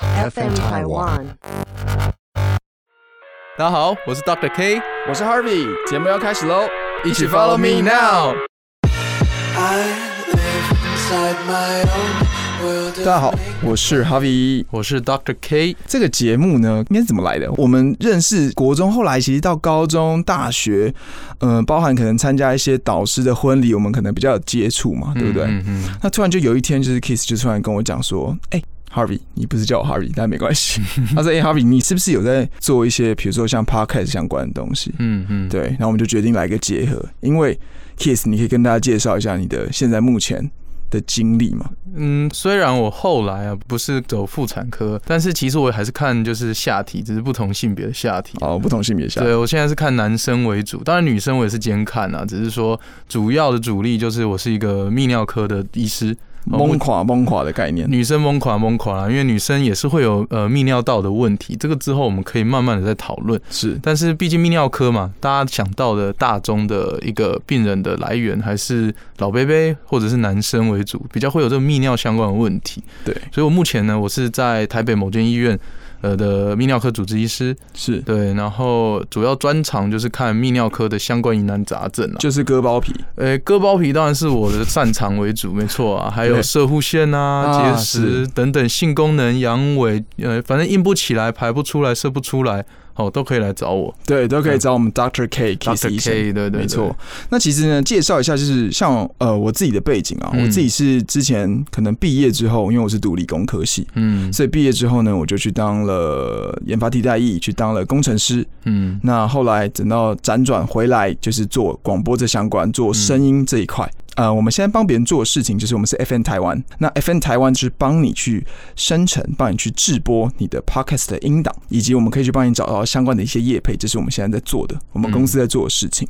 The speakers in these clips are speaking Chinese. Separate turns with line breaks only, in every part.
FM Taiwan.
大家好，我是 Doctor K，
我是 Harvey，节目要开始喽，
一起 follow me now。
I live inside my own world.
大家好，我是 Harvey。
我是 Doctor K，
这个节目呢，应该是怎么来的？我们认识国中，后来其实到高中、大学，呃，包含可能参加一些导师的婚礼，我们可能比较有接触嘛，对不对？
嗯嗯
那突然就有一天，就是 Kiss 就突然跟我讲说，哎、h a r v e y 你不是叫我 Harvey，但没关系。 他说：“哎、h a r v e y 你是不是有在做一些，比如说像 podcast 相关的东西？
嗯嗯，
对，然后我们就决定来一个结合，因为 Kiss，你可以跟大家介绍一下你的现在目前的经历嘛？
嗯，虽然我后来啊不是走妇产科，但是其实我还是看就是下体，只是不同性别的下体。
哦，不同性别下，
对，我现在是看男生为主，当然女生我也是兼看啊，只是说主要的主力就是我是一个泌尿科的医师，
懵垮懵垮的概念。
女生懵垮懵垮啦，因为女生也是会有呃泌尿道的问题，这个之后我们可以慢慢的再讨论。
是
但是毕竟泌尿科嘛，大家想到的大宗的一个病人的来源还是老伯伯或者是男生为主，比较会有这个泌尿相关的问题。
对，
所以我目前呢，我是在台北某间医院。呃的泌尿科主治医师，
是，
对，然后主要专长就是看泌尿科的相关疑难杂症啊，
就是割包皮，
呃，割包皮当然是我的擅长为主，没错 啊，还有
对
射护腺啊、
啊
结石
是
等等性功能、阳痿，呃，反正硬不起来、排不出来、射不出来，哦，都可以来找我。
对，都可以找我们 Doctor K Kiss
Dr.
医
嗯 K，
生。
对对对，
没错，那其实呢，介绍一下，就是像呃我自己的背景啊，
嗯
我自己是之前可能毕业之后，因为我是读理工科系，
嗯
所以毕业之后呢，我就去当了研发替代役，去当了工程师。
嗯
那后来等到辗转回来，就是做广播这相关，
嗯
做声音这一块。呃，我们现在帮别人做的事情就是我们是 FN 台湾，那 FN 台湾就是帮你去生成，帮你去制播你的 podcast 的音档，以及我们可以去帮你找到相关的一些业配，这是我们现在在做的，我们公司在做的事情。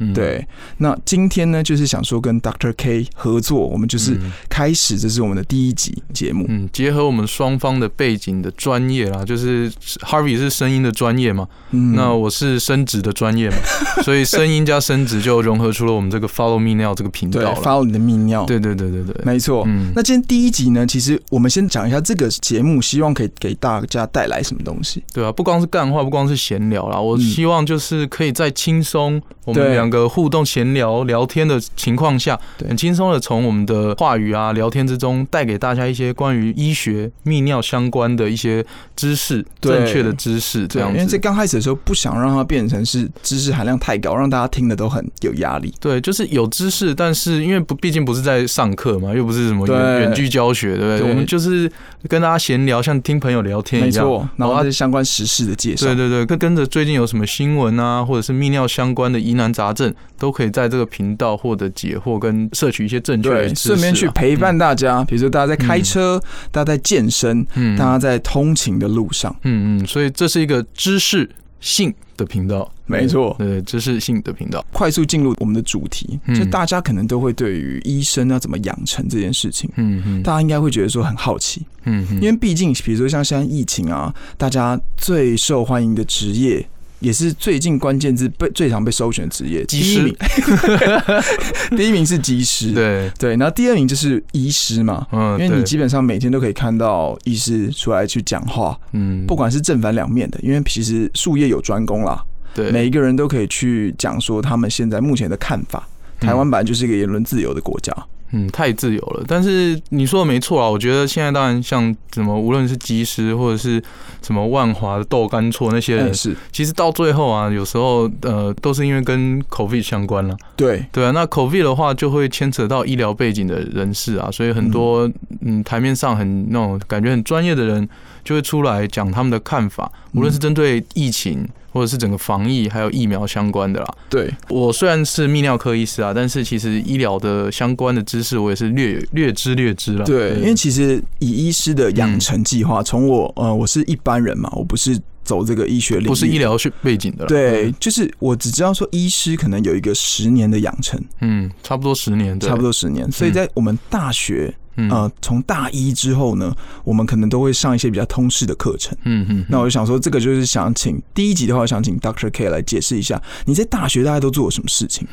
嗯，
对，那今天呢，就是想说跟 Dr. K 合作，我们就是
嗯
开始，这是我们的第一集节目。
嗯，结合我们双方的背景的专业啦，就是 Harvey 是声音的专业嘛，
嗯
那我是生殖的 专业嘛，所以声音加生殖就融合出了我们这个 Follow Me Now 这个频
对
道了。
，follow 你的泌尿，，
对对对对对，
没错。
嗯
那今天第一集呢，其实我们先讲一下这个节目，希望可以给大家带来什么东西。
对啊，不光是干话，不光是闲聊啦，我
嗯
希望就是可以在轻松我们
对
两个互动闲聊聊天的情况下，
对
很轻松的从我们的话语啊、聊天之中，带给大家一些关于医学、泌尿相关的一些知识，
对
正确的知识这样
因为这
子。
刚开始的时候不想让它变成是知识含量太高，让大家听的都很有压力。
对，就是有知识，但是因为不，毕竟不是在上课嘛，又不是什么远
对
远距教学，对不对？
对
我们就是跟大家闲聊，像听朋友聊天
没
一样。
错，然后
啊
这是相关时事的介绍
对。对对，跟跟着最近有什么新闻啊，或者是泌尿相关的疑难杂症，都可以在这个频道获得解惑，跟摄取一些正确的
对，
知识、啊。
顺便去陪伴大家，比如说大家在开车，大家在健身，
嗯，
大家在通勤的路上。
嗯嗯，所以这是一个知识性的频道，
没错
对，对知识性的频道，
快速进入我们的主题，
嗯
就大家可能都会对于医生啊要怎么养成这件事情，
嗯嗯，
大家应该会觉得说很好奇，
嗯嗯，
因为毕竟比如说像现在疫情啊，大家最受欢迎的职业。也是最近关键字被最常被搜选的职业，
技
第一
师
名， 第一名是技师，
对，
对，然后第二名就是医师嘛，
嗯，
因为
对
你基本上每天都可以看到医师出来去讲话，
嗯
不管是正反两面的，因为其实术业有专攻啦，
对
每一个人都可以去讲说他们现在目前的看法。台湾本来就是一个言论自由的国家，
嗯，太自由了。但是你说的没错啊，我觉得现在当然像什么，无论是技师或者是什么万华的豆干错那些人
但，嗯是
其实到最后啊，有时候呃都是因为跟 COVID 相关了。
对
对啊，那 COVID 的话就会牵扯到医疗背景的人士啊，所以很多嗯台面上很那种感觉很专业的人就会出来讲他们的看法，
嗯
无论是针对疫情或者是整个防疫还有疫苗相关的啦。
对，
我虽然是泌尿科医师啊，但是其实医疗的相关的知识我也是略略知略知嗯了。
对，因为其实以医师的养成计划，从我呃我是一般人嘛，我不是走这个医学领域，
不是医。疗嗯学背景的啦。
对，就是我只知道说医师可能有一个十年的养成，
嗯，差不多十年，对
差不。多十年，所以在我们大学，
嗯
呃，从大一之后呢，我们可能都会上一些比较通识的课程。
嗯嗯，
那我就想说，这个就是想请第一集的话，想请 Doctor K 来解释一下，你在大学大概都做了什么事情？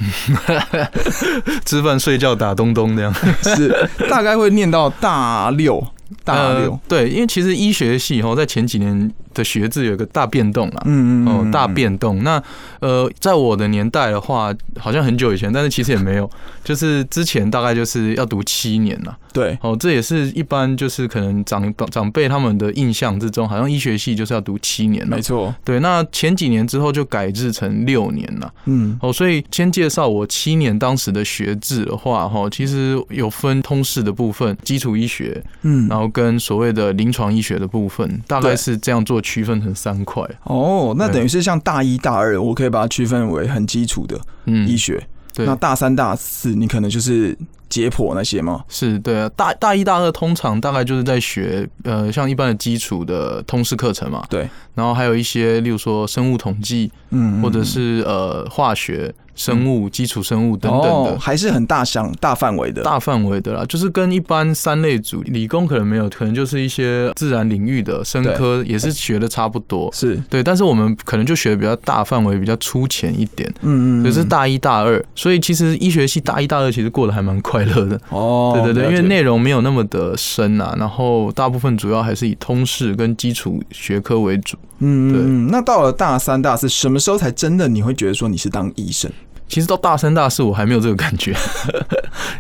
吃饭睡觉打东东这样。
是大概会念到大六大
呃
流，，
对，因为其实医学系哈，在前几年的学制有一个大变动啦。
嗯
哦，大变动。那呃，在我的年代的话，好像很久以前，但是其实也没有， 就是之前大概就是要读七年了。
对，
哦，这也是一般就是可能长长辈他们的印象之中，好像医学系就是要读七年了
没。错，
对，那前几年之后就改制成六年了。
嗯
哦，所以先介绍我七年当时的学制的话，哈、其实有分通识的部分、基础医学，
嗯，
然后跟所谓的临床医学的部分，大概
对
是这样做区分成三块。
哦，那
对
等于是像大一、大二，我可以把它区分为很基础的
嗯
医，学。
对
那，大三、大四，你可能就是解剖那些嘛。
是对啊。大大一、大二通常大概就是在学，呃，像一般的基础的通识课程嘛，
对，
然后还有一些，例如说生物统计，
嗯，
或者
嗯
是呃化学、生物、基础生物等等的。
哦，还是很大项、大范围的。
大范围的啦，就是跟一般三类组，理工可能没有，可能就是一些自然领域的生科也是学的差不多，
是，
对。但是我们可能就学的比较大范围，比较粗浅一点，
嗯
可是大一大二，所以其实医学系大一大二其实过得还蛮快乐的，
哦，
对对对，
了
因
解
为内容没有那么的深啊，然后大部分主要还是以通识跟基础学科为主。
嗯
对
嗯，嗯那到了大三、大四，什么时候才真的你会觉得说你是当医生？
其实到大三、大四我还没有这个感觉，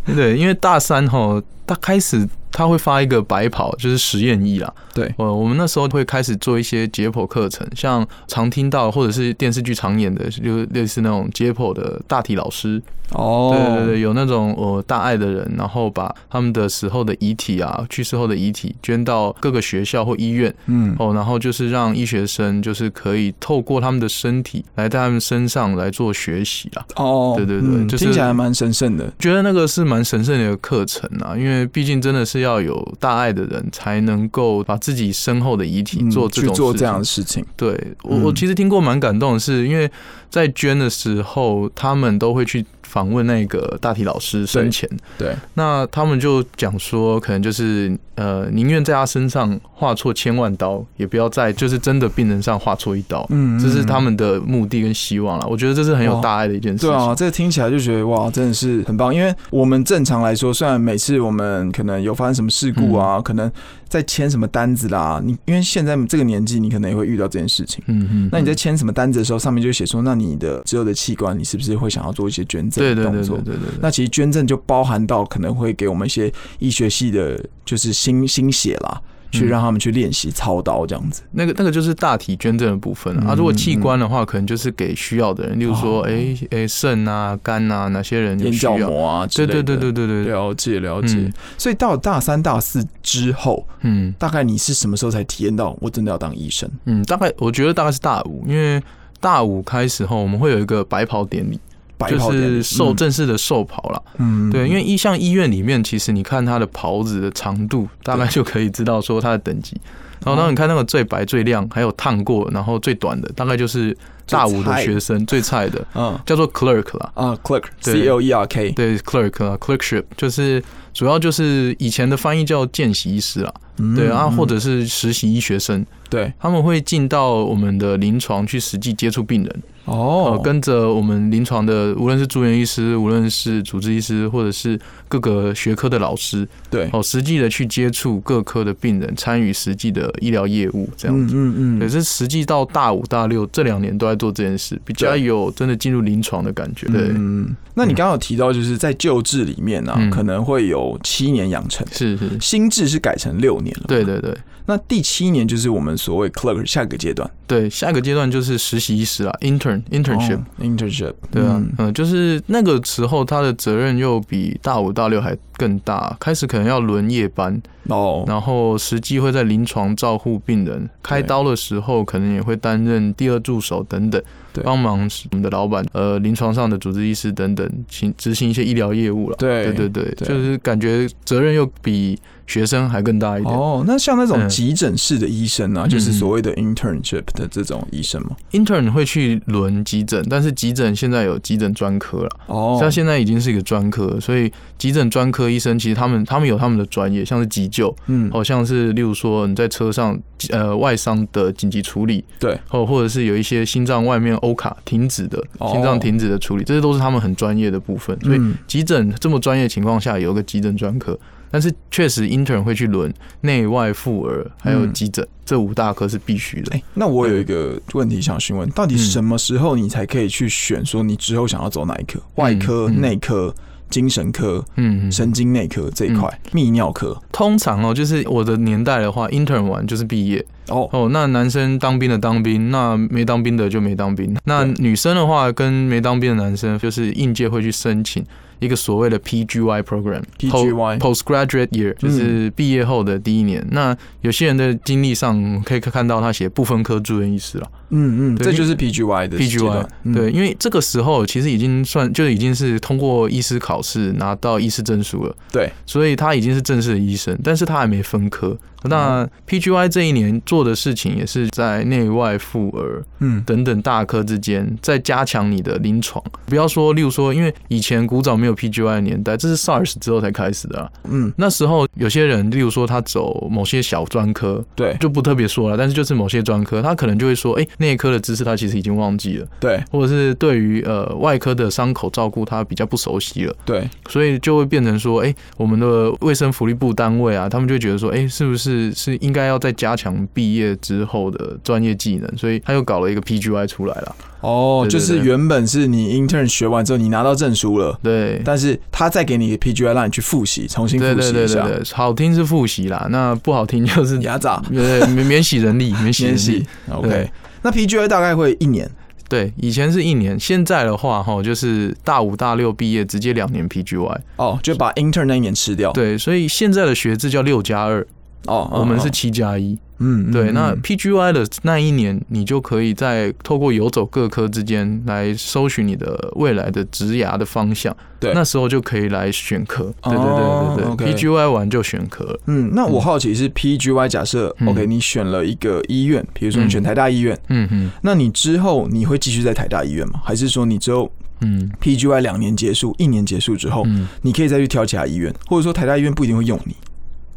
对，因为大三哈，他开始他会发一个白袍，就是实验衣啦。
对
呃，我们那时候会开始做一些解剖课程，像常听到或者是电视剧常演的，就是类似那种解剖的大体老师，
哦
对对对，有那种呃大爱的人，然后把他们的死后的遗体啊，去世后的遗体捐到各个学校或医院，
嗯，
哦，然后就是让医学生就是可以透过他们的身体来在他们身上来做学习啊。
哦，
对对对
嗯
就是
听起来还蛮神圣的。
觉得那个是蛮神圣的一个课程啊，因为毕竟真的是要有大爱的人才能够把自己身后的遗体
嗯
做这
去
种、
做这样的。事情，
对我，
嗯
我其实听过蛮感动的是，因为在捐的时候，他们都会去访问那个大体老师生前，
对，
那他们就讲说，可能就是呃，宁愿在他身上划错千万刀，也不要在就是真的病人上划错一刀。
嗯哦
这是他们的目的跟希望啦，我觉得这是很有大爱的一件事情。
对啊，这听起来就觉得哇，真的是很棒。因为我们正常来说，虽然每次我们可能有发生什么事故
嗯
啊，可能在签什么单子啦，你因为现在这个年纪，你可能也会遇到这件事情。
嗯嗯，
那你在签什么单子的时候，上面就会写说，那你的之后的器官，你是不是会想要做一些捐赠
对
的
对对
动
对
作
对？对对，
那其实捐赠就包含到可能会给我们一些医学系的，就是心心血啦，去
嗯
让他们去练习操刀这样子。
那个那个就是大体捐赠的部分啊。
嗯
啊如果器官的话，可能就是给需要的人，例如说，
哦
哎哎，肾啊、肝啊，哪些人有
眼
需
角
要？
膜啊之
对
类的，
对对对对对，对
了解了解。
嗯
所以到了大三大四之后，
嗯
大概你是什么时候才体验到我真的要当医生？
嗯，大概我觉得大概是大五，因为大五开始后，我们会有一个白袍典礼，
白
就
袍典礼
是受，正式的寿袍啦。
嗯，嗯
对，因为医像医院里面，其实你看它的袍子的长度，大概就可以知道说它的等级。然
哦
后，当你看那个最白、最亮，还有烫过，然后最短的，大概就是大五的学生最菜的，
嗯
叫做 clerk 啦。
啊，clerk
对
C L E R K，
对，clerk 啊，clerkship 就是主要就是以前的翻译叫见习医师啦，
嗯
对啊，
嗯
或者是实习医学生，
对
他们会进到我们的临床去实际接触病人，
哦
呃，，跟着我们临床的无论是住院医师，无论是主治医师，或者是各个学科的老师，
对，
哦，实际的去接触各科的病人，参与实际的医疗业务这样
嗯
子。
嗯
可
嗯，
是实际到大五、大六这两年都在做这件事，比较
对
有真的进入临床的感觉。对，
嗯，那你刚刚有提到就是在救治里面啊，
嗯
可能会有七年养成。
是是，
心智是改成六年了，
对对对。
那第七年就是我们所谓 clerk 下个阶段
对，下一个阶段就是实习医师啦，intern internship，、
哦 internship，
对啊，
嗯
嗯、就是那个时候他的责任又比大五大六还更大，开始可能要轮夜班，
哦，
然后实际会在临床照护病人，开刀的时候可能也会担任第二助手等等
对，
帮忙我们的老板，呃，临床上的主治医师等等，行执行一些医疗业务了。
对
对对对，
对
就是感觉责任又比学生还更大一点。
哦，那像那种
嗯
急诊室的医生啊，就是
嗯
所谓的 internship 的这种医生嘛。
intern 会去轮急诊，但是急诊现在有急诊专科了。
哦
像现在已经是一个专科，所以急诊专科医生其实他们他们有他们的专业，像是急救，
嗯，
好、哦像是例如说你在车上呃外伤的紧急处理，
对，
哦或者是有一些心脏外面欧卡停止的
哦
心脏停止的处理，这些都是他们很专业的部分。所以
嗯
急诊这么专业的情况下有一个急诊专科，但是确实 intern 会去轮内外妇儿还有
嗯
急诊、这五大科是必须的。
哎、那我有一个问题想询问，到
嗯
底什么时候你才可以去选说你之后想要走哪一科？外科、
嗯
内科、精神科、
嗯，嗯嗯
神经内科这一块，泌尿科。
通常哦，就是我的年代的话，intern 完就是毕业
哦，
哦。那男生当兵的当兵，那没当兵的就没当兵。那女生的话，跟没当兵的男生，就是应届会去申请一个所谓的 PGY program。
PGY
哦 postgraduate year 就是毕业后的第一年。那有些人的经历上可以看到他写不分科住院医师了
嗯嗯，
对
这就是 PGY 的阶
PGY
段。。嗯
对，，因为这个时候其实已经算就已经是通过医师考试拿到医师证书了，
对，
所以他已经是正式的医生，但是他还没分科。
哦
那 PGY 这一年做的事情也是在内外妇儿
嗯，
等等大科之间，再加强你的临床。不要说，例如说，因为以前古早没有 PGY 的年代，这是 SARS 之后才开始的、啊。
嗯，
那时候有些人，例如说他走某些小专科，
对
就不特别说了，但是就是某些专科，他可能就会说，哎、内科的知识他其实已经忘记了，
对
或者是对于呃外科的伤口照顾他比较不熟悉了，
对，
所以就会变成说，哎、我们的卫生福利部单位啊，他们就觉得说，哎、是不是是应该要再加强毕业之后的专业技能，所以他又搞了一个 PGY 出来了，
哦，
对对
就是
对
原本是你 intern 学完之后，你拿到证书了，
对。
但是他再给你 PGY 让你去复习，重新
对
复
对
习
对
一
对
下。
对，好听是复习啦，那不好听 就是
牙咋
呃免免洗 人力，免洗人
先
力
洗。，OK。那 PGY 大概会一年，
对，以前是一年，现在的话哈，就是大五大六毕业直接两年 PGY。
哦，就把 intern 那一年吃掉。，
对，所以现在的学制叫六加二，
哦，
我们是
哦，
七加一。
嗯，嗯
对，那
嗯
PGY 的那一年，你就可以在透过游走各科之间来搜寻你的未来的职涯的方向。
对
那时候就可以来选科。对对
哦
对对对、
OK
PGY 完就选科了。
嗯，那我好奇是 PGY 假设、
嗯
OK，你选了一个医院，比如说你选台大医院，
嗯哼，
那你之后你会继续在台大医院吗？还是说你之后
嗯
PGY 两年结束，一年结束之后，
嗯，
你可以再去挑其他医院，或者说台大医院不一定会用你。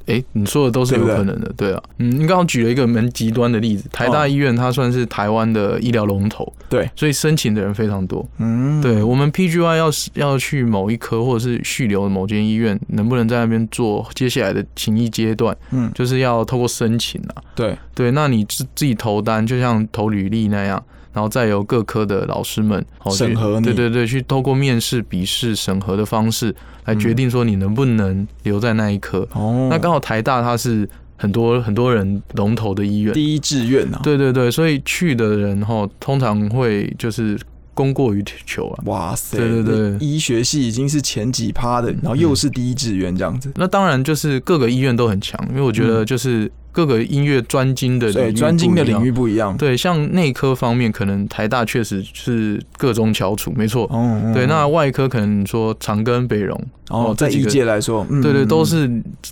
哎、你说的都是
对
有
不对
可能的，对啊，嗯，你刚刚举了一个蛮极端的例子，台大医院它算是台湾的医疗龙头，
哦对，
所以申请的人非常多。
嗯，
对我们 PGY 要是要去某一科或者是续留某间医院，能不能在那边做接下来的行医阶段，
嗯，
就是要透过申请啊。
对，
对，那你自自己投单，就像投履历那样，然后再由各科的老师们哦去
审核你
对对对，去透过面试、笔试、审核的方式来
嗯
决定说你能不能留在那一科。
哦，
那刚好台大它是很多很多人龙头的医院，
第一志愿啊，
对对对，所以去的人哈，通常会就是供过于求啊。
哇塞，
对对对嗯
那医学系已经是前几趴的，然后又是第一志愿这样子，
那当然就是各个医院都很强，因为我觉得就是各个音乐专精的领
嗯对，
域
专精的
不一样
领域不一样。
对，像内科方面，可能台大确实是各中翘楚，没错。
哦，嗯
对，那外科可能说长庚、北荣，
哦，
哦
在
这几
医
个
界来说，嗯
对对，
嗯
都是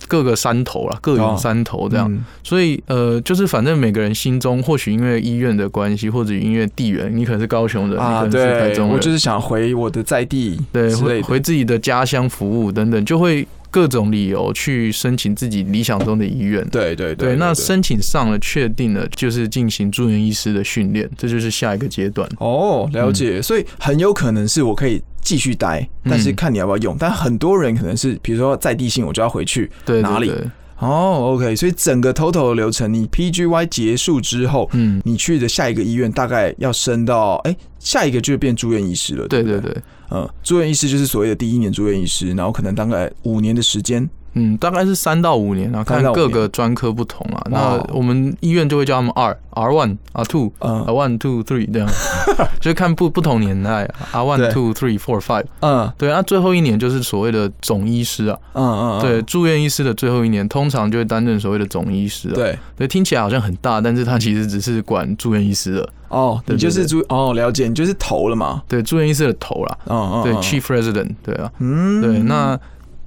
各个山头啦，各
哦
有山头这样。
嗯
所以呃，就是反正每个人心中，或许因为医院的关系，或者因为地缘，你可能是高雄人，
啊，
你可能是台
对，
中
我
人，
就是想回我的在地
对，
之类
回
的。
回自己的家乡服务等等，就会各种理由去申请自己理想中的医院。
对对
对，那申请上了，确定了，就是进行住院医师的训练，这就是下一个阶段。
哦，了
嗯
解，所以很有可能是我可以继续待，但是看你要不要
嗯
用。但很多人可能是，比如说在地性，我就要回去。
对，对
哪里
对
哦，OK，所以整个 total 的流程，你 PGY 结束之后，
嗯，
你去的下一个医院大概要升到，哎、下一个就变住院医师了。
对
不
对，对，
嗯，住院医师就是所谓的第一年住院医师，然后可能大概五年的时间。
嗯，大概是三到五年啊，
三
看
到五
各
年
个专科不同啊。
哇哦
那我们医院就会叫他们 R R one R two。
嗯
R one two three 这样，就是看不不同年代，R 啊
对
one two three four five，
嗯
对，那最后一年就是所谓的总医师啊，
嗯嗯，嗯
对，住院医师的最后一年通常就会担任所谓的总医师啊，
对。
对，听起来好像很大，但是他其实只是管住院医师的，
哦，
对
你就
对
是住哦，了解，你就是投了嘛。
对，住院医师的头啦，
嗯嗯，
对
嗯
，chief resident，对啊，
嗯
对，那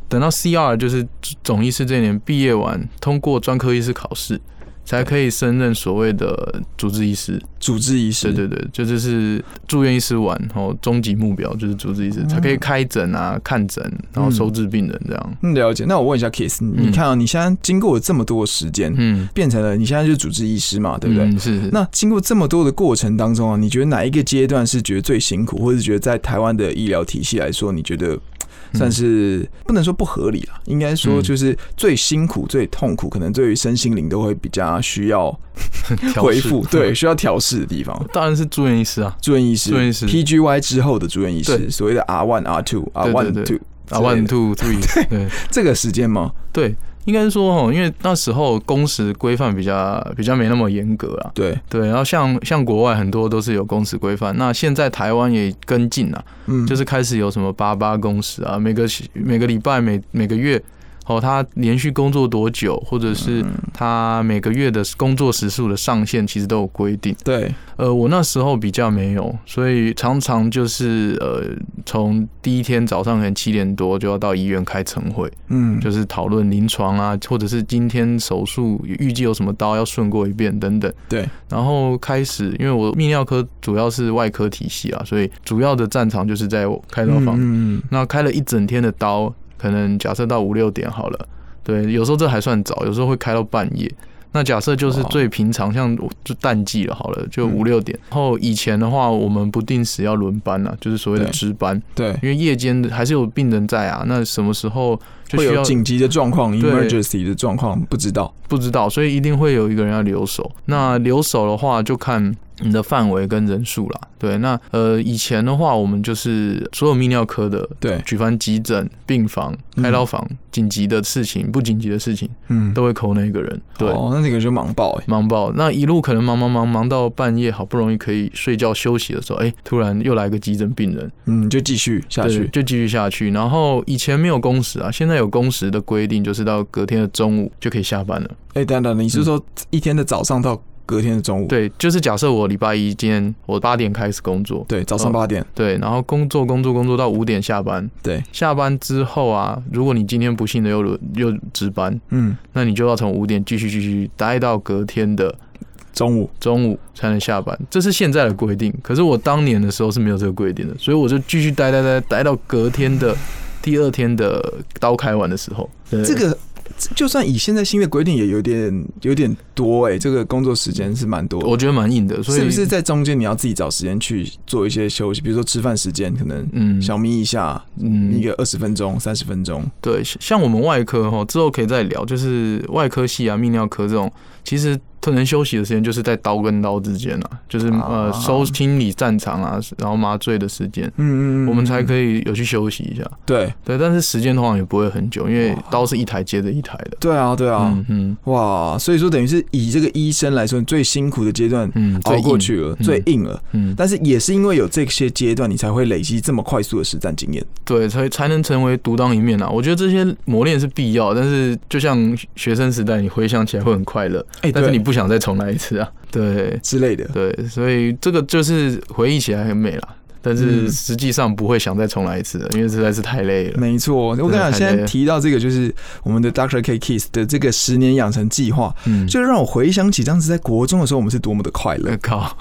等到 CR 就是总医师这一年毕业完，通过专科医师考试，才可以升任所谓的主治医师。
主治医师
对对对，这就是住院医师完，然后终极目标就是主治医师，
嗯
才可以开诊啊、看诊，然后收治病人这样。
嗯，了解。那我问一下 Kiss，你
嗯
你看啊，你现在经过了这么多时间，
嗯，
变成了你现在就是主治医师嘛，对不对？
嗯是是。
那经过这么多的过程当中啊，你觉得哪一个阶段是觉得最辛苦，或者觉得在台湾的医疗体系来说，你觉得
嗯
算是不能说不合理啦，应该说就是最辛苦、最痛苦，可能对于身心灵都会比较需要
调
恢
试
复，对，，需要调试的地方。
当然是住院医师啊，
住院医师，
住院医师
PGY 之后的住院医师，
对
所谓的 R one、R two、R
对
one
对
two
啊，one two three，对
这个时间吗？
对，应该是说哦，因为那时候工时规范比较比较没那么严格啊，
对，
对，然后像像国外很多都是有工时规范，那现在台湾也跟进了，
嗯，
就是是开始有什么八八工时啊，每个每个礼拜每每个月，哦，他连续工作多久，或者是
嗯
他每个月的工作时数的上限，其实都有规定。
对，
呃，我那时候比较没有，所以常常就是呃，从第一天早上可能七点多就要到医院开晨会，
嗯，
就是讨论临床啊，或者是今天手术预计有什么刀要顺过一遍等等。
对，
然后开始，因为我泌尿科主要是外科体系啊，所以主要的战场就是在开刀房。
嗯，嗯
那开了一整天的刀，可能假设到五六点好了，对，有时候这还算早，有时候会开到半夜。那假设就是
哇
最平常，像我就淡季了好了，
嗯
就五六点。然后以前的话，我们不定时要轮班了、就是所谓的
对
值班，
对，
因为夜间还是有病人在啊。那什么时候就
会
需
有
要
紧急的状况
对
，emergency 的状况，不知道。
不知道，所以一定会有一个人要留守。那留守的话，就看你的范围跟人数啦。对，那呃，以前的话，我们就是所有泌尿科的，
对，
举凡急诊、病房、
嗯
开刀房，紧、急的事情、不紧急的事情，
嗯，
都会扣那一个人。对。
哦，那这个就忙爆哎，
忙爆，那一路可能忙忙忙忙到半夜，好不容易可以睡觉休息的时候，哎、突然又来个急诊病人，
嗯，就继续下
对，
去。
就继续下去。然后以前没有工时啊，现在有工时的规定，就是到隔天的中午就可以下班了。
哎，等等，你是说一天的早上到隔天的中午？
嗯对，就是假设我礼拜一今天我八点开始工作，
对，早上
哦
八点，
对，然后工作工作工作到五点下班，
对，
下班之后啊，如果你今天不幸的又轮又值班，
嗯，
那你就要从五点继续继续待到隔天的
中午，
中午才能下班，这是现在的规定。可是我当年的时候是没有这个规定的，所以我就继续待待待待到隔天的第二天的刀开完的时候。对
这个就算以现在新的规定也有点有点多哎，这个工作时间是蛮多的。
我觉得蛮硬的，所以
是不是在中间你要自己找时间去做一些休息，比如说吃饭时间，可能
嗯
小眯一下，
嗯
一个二十分钟、三十分钟。
对，像像我们外科哈，之后可以再聊，就是外科系啊、泌尿科这种，其实可能休息的时间就是在刀跟刀之间啊，就是、
啊
呃收清理战场啊，然后麻醉的时间，
嗯嗯，
我们才
以
可以有去休息一下。
对啊
对，但是时间通常也不会很久，因为
哇
刀是一台接着一台的。
对啊对啊，
嗯嗯
哇，所以说等于是以这个医生来说，你最辛苦的阶段
嗯，最
熬
硬
过，去了，
嗯
最硬了。
嗯，
但是也是因为有这些阶段，你才会累积这么快速的实战经验。
对，才才能成为独当一面啊。我觉得这些磨练是必要，但是就像学生时代，你回想起来会很快乐，
哎、
但是
对
你不想再重来一次啊。对，
之类 的，
对，所以这个就是回忆起来很美啦，但是
嗯
实际上不会想再重来一次的，因为实在是太累了。
没错。我跟你讲，
太累
现在
了
提到这个，就是我们的 Doctor K Kiss 的这个十年养成计划，
嗯，
就让我回想起当时在国中的时候，我们是多么的快乐
呃。 靠，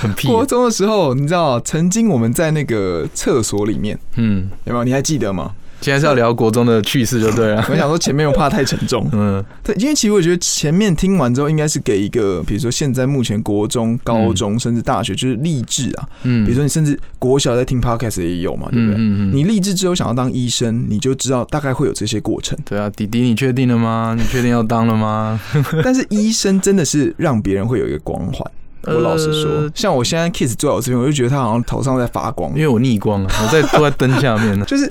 很屁。啊
国中的时候，你知道，曾经我们在那个厕所里面，
嗯，
有没有？你还记得吗？
现在是要聊国中的趣事就对了。，
我想说前面我怕太沉重
嗯
对，因为其实我觉得前面听完之后，应该是给一个，比如说现在目前国中、高中甚至大学，就是励志啊。
嗯，
比如说你甚至国小在听 podcast 也有嘛，对不
嗯，嗯
对？
嗯嗯，。
你立志之后想要当医生，你就知道大概会有这些过程
对啊，弟弟，你确定了吗？你确定要当了吗？
但是医生真的是让别人会有一个光环。我老实说
呃，
像我现在 Kiss 坐在我这边，我就觉得他好像头上在发光
因，为我逆光啊，我在坐在灯下面呢。
就是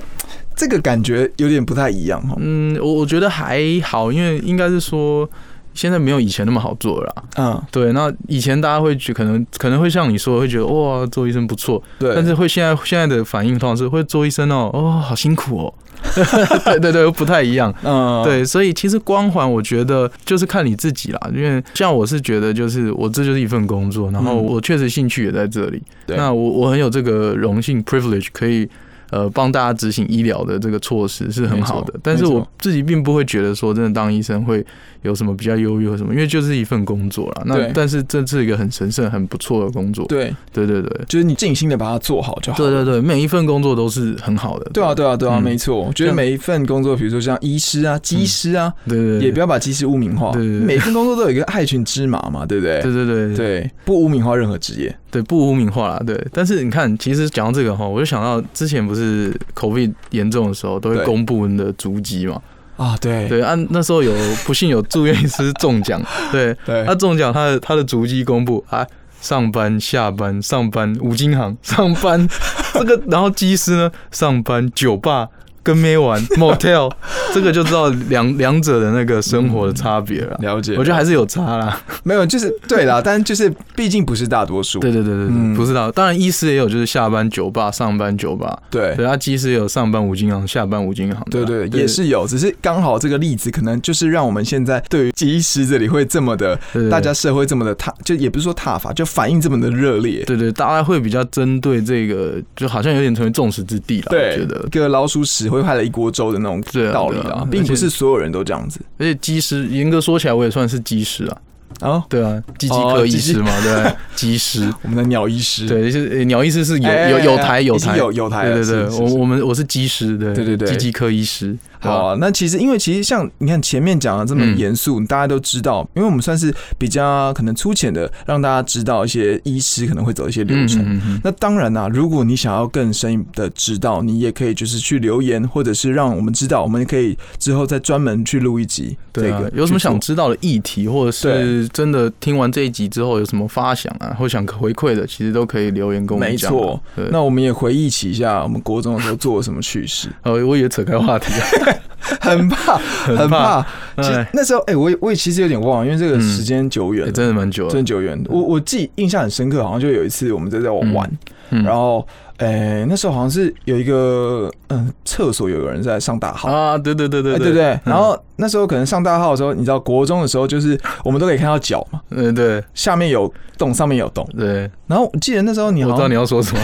这个感觉有点不太一样哈。
嗯，我我觉得还好，因为应该是说现在没有以前那么好做了啦。
嗯，
对，那以前大家会觉可能可能会像你说，会觉得哇，做医生不错，
对。
但是会现在现在的反应通常是会做医生哦，哦，好辛苦哦， 对对 对，不太一样。
嗯，
对，所以其实光环，我觉得就是看你自己啦。因为像我是觉得，就是我这就是一份工作，然后
嗯
我确实兴趣也在这里。
对
那我我很有这个荣幸 privilege 可以呃帮大家执行医疗的这个措施是很好
没
的
错，
但是
没错
我自己并不会觉得说真的当医生会有什么比较优越或什么，因为就是一份工作啦。那
对
但是这是一个很神圣、很不错的工作。
对，
对对对。
就是你尽心的把它做好就好。
对对对，每一份工作都是很好的。
对啊，对啊，对啊，
嗯
没错。我觉得
像
每一份工作，比如说像医师啊、技师啊，
对对对，
也不要把技师污名化。
对对对
每份工作都有一个害群之马嘛，对不对？
对对对
对，不污名化任何职业。
对，不污名化啦，对。但是你看，其实讲到这个哈，我就想到之前不是 COVID 严重的时候，都会
对
公布你的足迹嘛。
啊，对
对啊，那时候有不幸有住院医师 中奖，对，
对
他中奖他的他的足迹公布啊，上班下班上班五金行 上班，这个然后技师呢上班酒吧跟 妹玩 motel，这个就知道两两者的那个生活的差别了。
嗯了解
我觉得还是有差啦，
没有，就是对 啦，但就是毕竟不是大多数，
对对对对
嗯
对，不知道。当然，医师也有就是下班酒吧、上班酒吧，
对
对，他技师也有上班五金行、下班五金行的
对
啊，
对，也是有，只是刚好这个例子可能就是让我们现在对于技师这里会这么的，
对对对
大家社会这么的踏，就也不是说踏法，就反应这么的热烈。
对对，大家会比较针对这个，就好像有点成为众矢之的了。我觉
对，
得
一，个老鼠屎会害了一锅粥的那种
对啊
道理
对啊
啦
而，且
并不是所有人都这样子
而且技师严格说起来，我也算是技师啊。
啊。
对啊，技机
哦
科医
技
师嘛， 对不对，技师。
我们的鸟医师，
对，就是呃鸟医师是有
哎哎
有
哎
有
哎
台有
已经
台
有有台了
对对
是是
对，我
是
我们我是技师，对
对对对
机机科医师。
好
对吧，
啊，那其实因为其实像你看前面讲的这么
嗯
严肃，大家都知道，因为我们算是比较可能粗浅的，让大家知道一些医师可能会走一些流
嗯
程。
嗯嗯
那当然啦、啊如果你想要更深的知道，你也可以就是去留言，或者是让我们知道，我们可以之后再专门去录一集这
对啊
个。，
有什么想？知道的议题，或者是
对
真的听完这一集之后有什么发想啊，或想回馈的，其实都可以留言跟我们
没
讲啊。
错
对，
那我们也回忆起一下我们国中的时候做了什么趣事，
呃，我以为扯开话题了，啊
很怕，很怕。其实
哎
那时候，哎、我也我也其实有点忘了，因为这个
嗯
时间久远了、
哎真的蛮久了。
真的久远。我我自己印象很深刻，好像就有一次我们在在玩，
嗯
然后诶、呃那时候好像是有一个嗯厕所有个人在上大号。
啊，对对对对
哎对
对
不对？然后那时候可能上大号的时候，你知道国中的时候，就是我们都可以看到脚嘛，
嗯对
下面有洞，上面有洞。
对，
然后我记得那时候你
我
好
知道
像
你，要说 什么，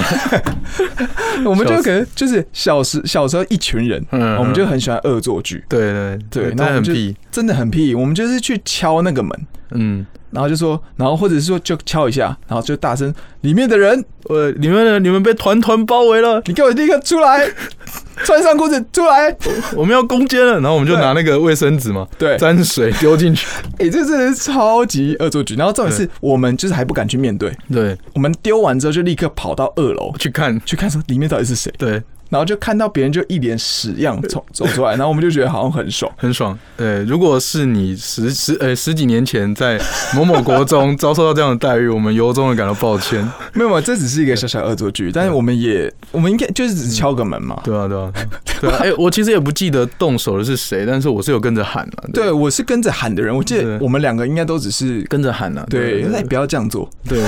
我们就
笑死
可能就是小时小时候一群人，
嗯
我们就很喜欢恶作剧，
对对
对
真
那
的
我
很
们就
屁，
真的很屁。我们就是去敲那个门，
嗯，
然后就说，然后或者是说就敲一下，然后就大声里面的人，
呃，你们呢？你们被团团包围了，
你给我立刻出来， 穿上裤子出来。
我们要攻坚了，然后我们就
对
拿那个卫生纸嘛，
对，哎、
沾水丢进去，
这真的是超级恶作剧。然后重点是我们就是还不敢去面对，
对，
我们丢完之后就立刻跑到二楼
去看，
去看说里面到底是谁，
对，
然后就看到别人就一脸屎样走走出来，然后我们就觉得好像很爽。
很爽。对，如果是你十十呃十几年前在某某国中遭受到这样的待遇，我们由衷的感到抱歉。
没有，没有，这只是一个小小恶作剧，但是我们也我们应该就是只是敲个门嘛。
对啊，对啊，对啊。哎、我其实也不记得动手的是谁，但是我是有跟着喊啊了、
对，我是跟着喊的人，我记
对
得我们两个应该都只是
跟着喊了、啊
对，那
对
你不要这样做。
对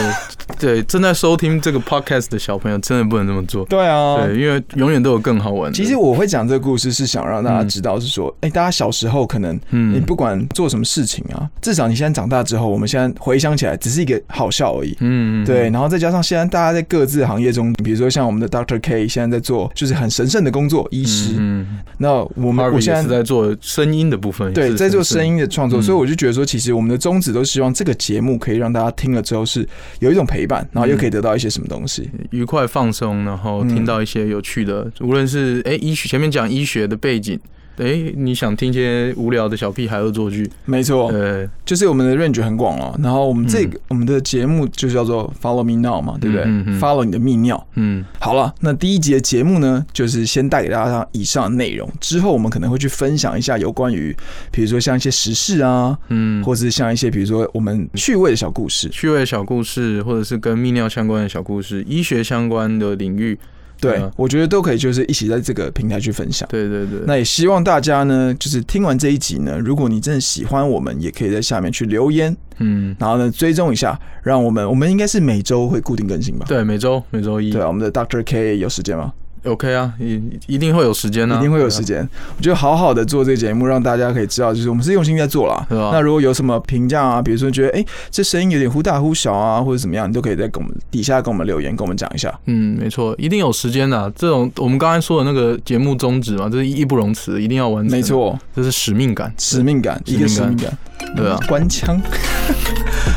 对，正在收听这个 podcast 的小朋友真的不能这么做。
对啊，
对，因为永远都有更好玩的。
其实我会讲这个故事，是想让大家知道，是说，哎、大家小时候可能，
嗯
你不管做什么事情啊，至少你现在长大之后，我们现在回想起来，只是一个好笑而已。
嗯，嗯，
对，然后再加上现在大家在各自行业中，比如说像我们的 Doctor K 现在在做就是很神圣的工作，医师。
嗯，
那我
我
们我
也
现
是
在
在做声音的部分，也
对
是
在做
是
声音的创作，
嗯
所以我就觉得说，其实我们的宗旨都希望这个节目可以让大家听了之后是有一种陪伴，然后又可以得到一些什么东西。
愉快放松，然后听
嗯
到一些有趣的，无论是哎、医学前面讲医学的背景，哎、你想听一些无聊的小屁孩恶作剧，
没错，
呃，
就是我们的 range 很广哦，然后我们这个、我们的节目就叫做 Follow Me Now 嘛，对不对、
嗯嗯嗯嗯
f o l l o w 你的泌尿。
嗯，
好了，那第一节节目呢，就是先带给大家以上的内容，之后我们可能会去分享一下有关于，比如说像一些时事啊，
嗯
或是像一些比如说我们趣味的小故事。
趣味小故事，或者是跟泌尿相关的小故事，医学相关的领域，
对，
对啊
我觉得都可以，就是一起在这个平台去分享。
对对对，
那也希望大家呢，就是听完这一集呢，如果你真的喜欢我们，也可以在下面去留言，
嗯，
然后呢追踪一下，让我们我们应该是每周会固定更新吧？
对，每周每周一，
对啊，我们的 Doctor K 有时间吗？
OK 啊，一一定会有时间呢、啊
一定会有时间。我觉得好好的做这个节目，让大家可以知道，就是我们是用心在做啦。
对啊
那如果有什么评价啊，比如说觉得哎、诶这声音有点忽大忽小啊，或者怎么样，你都可以在跟我们底下跟我们留言，跟我们讲一下。
嗯，没错，一定有时间的、啊这种我们刚才说的那个节目宗旨嘛，这是义不容辞，一定要完成。
没，错，
这嗯是使命感。
使命感，
使
一
命
个
感
使命感，
对啊
官腔。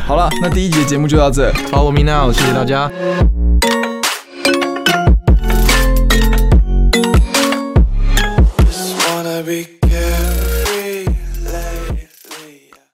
好了，那第一集的节目就到这。
Follow me now，谢谢大家。